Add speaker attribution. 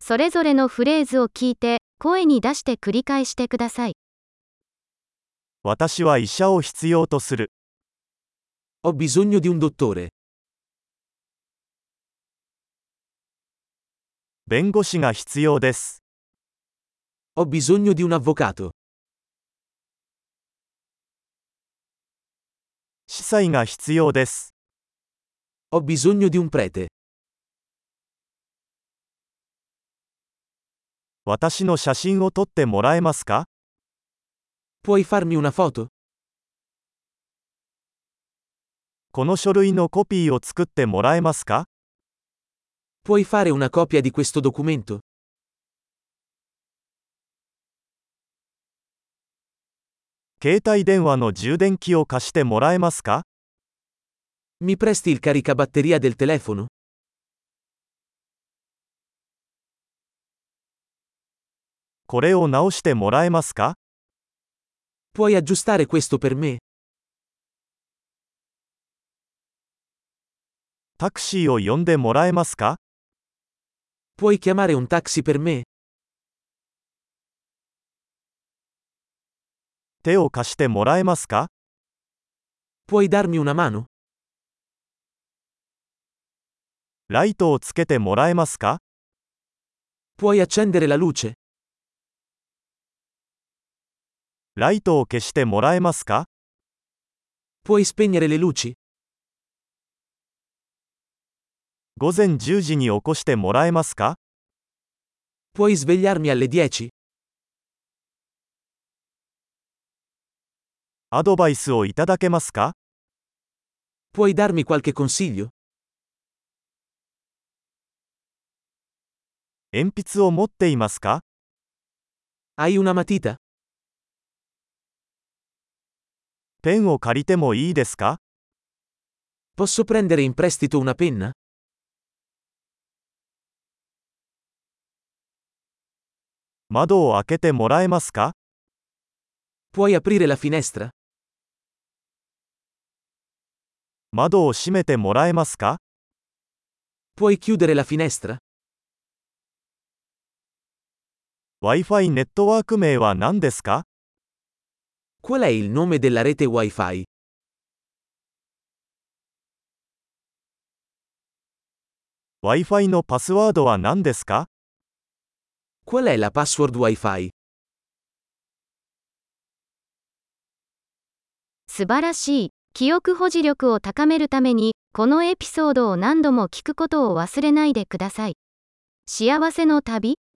Speaker 1: それぞれのフレーズを聞いて、声に出して繰り返してください。
Speaker 2: 私は医者を必要とする。
Speaker 3: Ho bisogno di un dottore.
Speaker 2: 弁護士が必要です。
Speaker 3: Ho bisogno di un avvocato.
Speaker 2: 司祭が必要です。
Speaker 3: Ho bisogno di un prete.
Speaker 2: 私の写真を撮ってもらえますか
Speaker 3: Puoi farmi una foto?
Speaker 2: この書類のコピーを作ってもらえますか
Speaker 3: Puoi fare una copia di questo documento?
Speaker 2: 携帯電話の充電器を貸してもらえますか
Speaker 3: Mi presti il caricabatteria del telefono?
Speaker 2: これを直してもらえますか
Speaker 3: Puoi aggiustare questo per me?
Speaker 2: タクシーを呼んでもらえますか
Speaker 3: Puoi chiamare un taxi per me?
Speaker 2: 手を貸してもらえますか
Speaker 3: Puoi darmi una mano?
Speaker 2: ライトをつけてもらえますか
Speaker 3: Puoi accendere la luce?
Speaker 2: ライトを消してもらえますか
Speaker 3: Puoi spegnere le luci?
Speaker 2: 午前10時に起こしてもらえますか
Speaker 3: Puoi svegliarmi alle 10?
Speaker 2: アドバイスをいただけますか
Speaker 3: Puoi darmi qualche consiglio?
Speaker 2: 鉛筆を持っていますか
Speaker 3: Hai una matita?
Speaker 2: ペンを借りてもいいですか
Speaker 3: Posso prendere in prestito una penna?
Speaker 2: 窓を開けてもらえますか
Speaker 3: Puoi aprire la finestra?
Speaker 2: 窓を閉めてもらえますか
Speaker 3: Puoi chiudere la finestra?
Speaker 2: Wi-Fi ネットワーク名は何ですか
Speaker 3: Qual è il nome della rete Wi-Fi?
Speaker 2: ワイファイのパスワードは何ですか
Speaker 3: Qual è la password Wi-Fi?
Speaker 1: 素晴らしい。記憶保持力を高めるために、このエピソードを何度も聞くことを忘れないでください。幸せの旅